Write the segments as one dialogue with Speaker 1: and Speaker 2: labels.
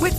Speaker 1: With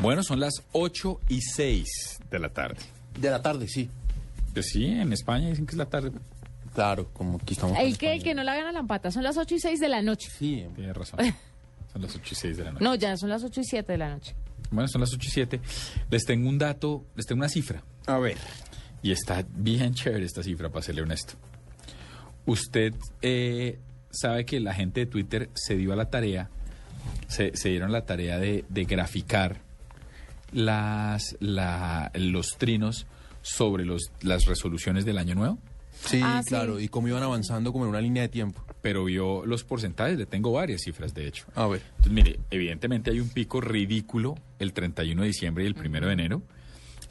Speaker 2: Bueno, son las 8 y 6 de la tarde.
Speaker 3: De la tarde, sí.
Speaker 2: Pues sí, en España dicen que es la tarde.
Speaker 3: Claro, como que estamos.
Speaker 4: El que, el que no la gana la empata. Son las 8 y 6 de la noche.
Speaker 3: pues, Sí,
Speaker 2: Tienes razón. Son las 8 y 6 de la noche.
Speaker 4: No, ya son las 8 y 7 de la noche.
Speaker 2: Bueno, son las 8 y 7. Les tengo un dato, les tengo una cifra.
Speaker 3: a ver.
Speaker 2: Y está bien chévere esta cifra, para serle honesto. Usted eh, sabe que la gente de Twitter se dio a la tarea, se, se dieron la tarea de, de graficar las, la- los trinos sobre los, las resoluciones del año nuevo,
Speaker 3: Sí,
Speaker 4: Ah, sí.
Speaker 3: claro. Y como iban avanzando como en una línea de tiempo.
Speaker 2: pero vio los porcentajes, le tengo varias cifras de hecho.
Speaker 3: A ver.
Speaker 2: Entonces, mire, evidentemente hay un pico ridículo el 31 de diciembre y el 1 de enero.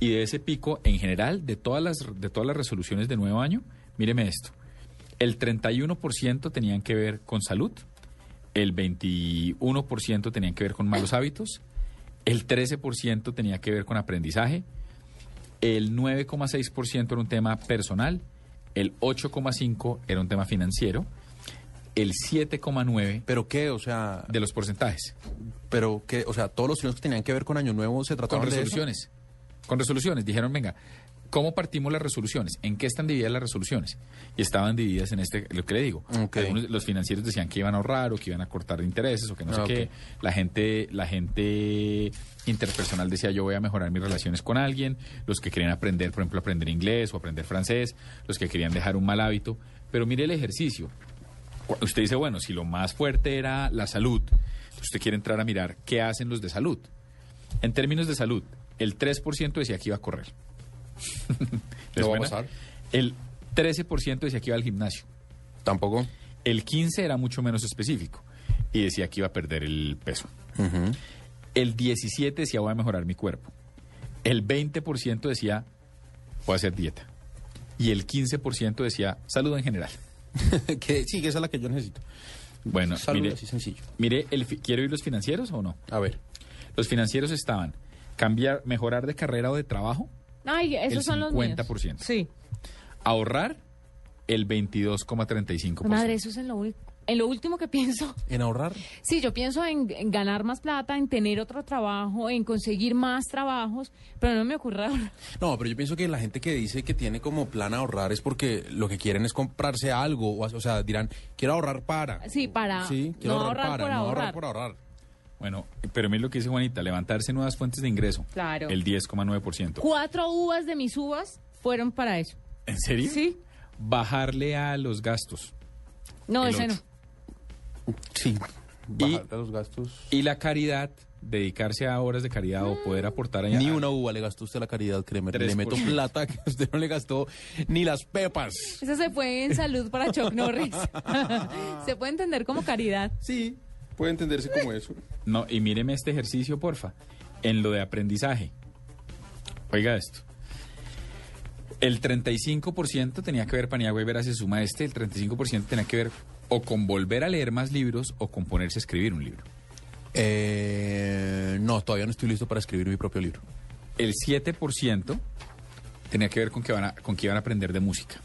Speaker 2: Y de ese pico, en general, de todas las, de todas las resoluciones de nuevo año, míreme esto. El 31% tenían que ver con salud, el 21% tenían que ver con malos hábitos, el 13% tenía que ver con aprendizaje, el 9,6% era un tema personal, el 8,5% era un tema financiero, el 7,9%
Speaker 3: ¿Pero qué? O sea,
Speaker 2: de los porcentajes.
Speaker 3: pero qué, o sea, todos los signos que tenían que ver con Año Nuevo se
Speaker 2: Con
Speaker 3: trataban de eso?
Speaker 2: resoluciones. Con resoluciones. Dijeron, venga, ¿cómo partimos las resoluciones? ¿En qué están divididas las resoluciones? Y estaban divididas en este, lo que le digo.
Speaker 3: Ok.
Speaker 2: Algunos- los financieros decían que iban a ahorrar o que iban a cortar intereses o que no sé
Speaker 3: Ah,
Speaker 2: qué.
Speaker 3: ok.
Speaker 2: La gente, la gente interpersonal decía, yo voy a mejorar mis relaciones con alguien. Los que querían aprender, por ejemplo, aprender inglés o aprender francés. Los que querían dejar un mal hábito. Pero mire el ejercicio. Cu- Usted dice, bueno, si lo más fuerte era la salud, usted quiere entrar a mirar qué hacen los de salud. En términos de salud, el 3% decía que iba a correr. ¿Les
Speaker 3: No va a
Speaker 2: suena?
Speaker 3: pasar.
Speaker 2: El 13% decía que iba al gimnasio.
Speaker 3: Tampoco.
Speaker 2: El 15% era mucho menos específico y decía que iba a perder el peso. El 17% decía voy a mejorar mi cuerpo. El 20% decía voy a hacer dieta. Y el 15% decía salud en general.
Speaker 3: que, sí, que esa es la que yo necesito.
Speaker 2: Bueno,
Speaker 3: Salud,
Speaker 2: mire,
Speaker 3: así sencillo.
Speaker 2: mire el fi- ¿quiero ir los financieros o no?
Speaker 3: A ver.
Speaker 2: Los financieros estaban cambiar, mejorar de carrera o de trabajo,
Speaker 4: Ay, esos
Speaker 2: El
Speaker 4: son los míos.
Speaker 2: 50%.
Speaker 4: Sí.
Speaker 2: ahorrar el 22,35%.
Speaker 4: Madre, eso es en lo, ul- en lo último que pienso.
Speaker 3: ¿En ahorrar?
Speaker 4: Sí, yo pienso en, en ganar más plata, en tener otro trabajo, en conseguir más trabajos, pero no me ocurre ahora.
Speaker 3: No, pero yo pienso que la gente que dice que tiene como plan ahorrar es porque lo que quieren es comprarse algo. O, o sea, dirán, quiero ahorrar para.
Speaker 4: Sí, para.
Speaker 3: Sí, quiero
Speaker 4: No
Speaker 3: ahorrar,
Speaker 4: ahorrar
Speaker 3: para,
Speaker 4: por
Speaker 3: no ahorrar
Speaker 4: ahorrar.
Speaker 3: por ahorrar.
Speaker 2: Bueno, pero mire lo que dice Juanita, levantarse nuevas fuentes de ingreso.
Speaker 4: Claro.
Speaker 2: El 10,9%.
Speaker 4: Cuatro uvas de mis uvas fueron para eso.
Speaker 2: ¿En serio?
Speaker 4: Sí.
Speaker 2: Bajarle a los gastos.
Speaker 4: No,
Speaker 2: El
Speaker 4: ese
Speaker 2: ocho.
Speaker 4: no.
Speaker 3: Sí.
Speaker 2: Y-
Speaker 3: Bajar los gastos.
Speaker 2: Y la caridad, dedicarse a obras de caridad o
Speaker 4: Mm.
Speaker 2: poder aportar a...
Speaker 3: Ni una uva le gastó usted a la caridad, créeme. Le
Speaker 2: 3%.
Speaker 3: meto plata que usted no le gastó ni las pepas.
Speaker 4: Ese se fue en salud para Chuck Norris. se puede entender como caridad.
Speaker 3: Sí, puede entenderse como eso.
Speaker 2: No, y míreme este ejercicio, porfa. En lo de aprendizaje. Oiga esto. El 35% tenía que ver, Paniagua y Vera se suma a este, el 35% tenía que ver o con volver a leer más libros o con ponerse a escribir un libro.
Speaker 3: Eh, no, todavía no estoy listo para escribir mi propio libro.
Speaker 2: El 7% tenía que ver con que, van a- con que iban a aprender de música.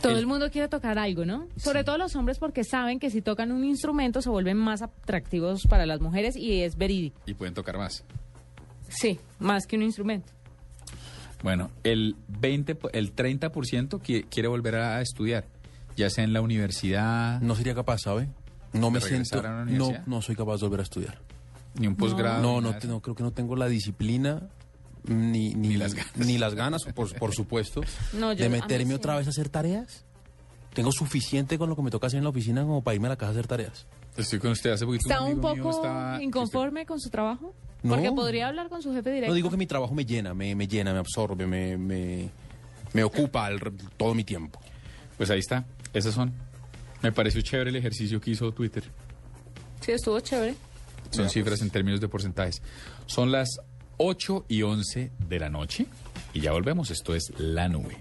Speaker 4: Todo
Speaker 2: El-
Speaker 4: el, mundo quiere tocar algo, ¿no? Sobre todo los hombres porque saben que si tocan un instrumento se vuelven más atractivos para las mujeres y es verídico.
Speaker 2: Y pueden tocar más.
Speaker 4: Sí, más que un instrumento.
Speaker 2: Bueno, el 20, po- el 30% qui- quiere volver a estudiar, ya sea en la universidad,
Speaker 3: No sería capaz, ¿sabe? No me
Speaker 2: ¿De
Speaker 3: siento.
Speaker 2: regresar a la
Speaker 3: no,
Speaker 2: universidad? Ah,
Speaker 3: no soy capaz de volver a estudiar.
Speaker 2: ni un posgrado.
Speaker 3: No,
Speaker 2: ni
Speaker 3: no,
Speaker 2: nada de
Speaker 3: te- no, creo que no tengo la disciplina. Ni, ni,
Speaker 2: las ganas.
Speaker 3: ni las ganas, por, por supuesto,
Speaker 4: No, yo-
Speaker 3: de
Speaker 4: a mí
Speaker 3: meterme
Speaker 4: sí.
Speaker 3: otra vez a hacer tareas. Tengo suficiente con lo que me toca hacer en la oficina como para irme a la casa a hacer tareas.
Speaker 2: Estoy con usted hace poquito.
Speaker 4: ¿Está un
Speaker 2: amigo mío
Speaker 4: poco
Speaker 2: estaba-
Speaker 4: inconforme con su trabajo?
Speaker 3: No.
Speaker 4: Porque podría hablar con su jefe directo.
Speaker 3: No digo que mi trabajo me llena, me, me llena, me absorbe, me, me, me ocupa el re- todo mi tiempo.
Speaker 2: Pues ahí está. Esas son Me pareció chévere el ejercicio que hizo Twitter.
Speaker 4: Sí, estuvo chévere.
Speaker 2: Son cifras en términos de porcentajes. Son las 8 y 11 de la noche y ya volvemos. Esto es La Nube.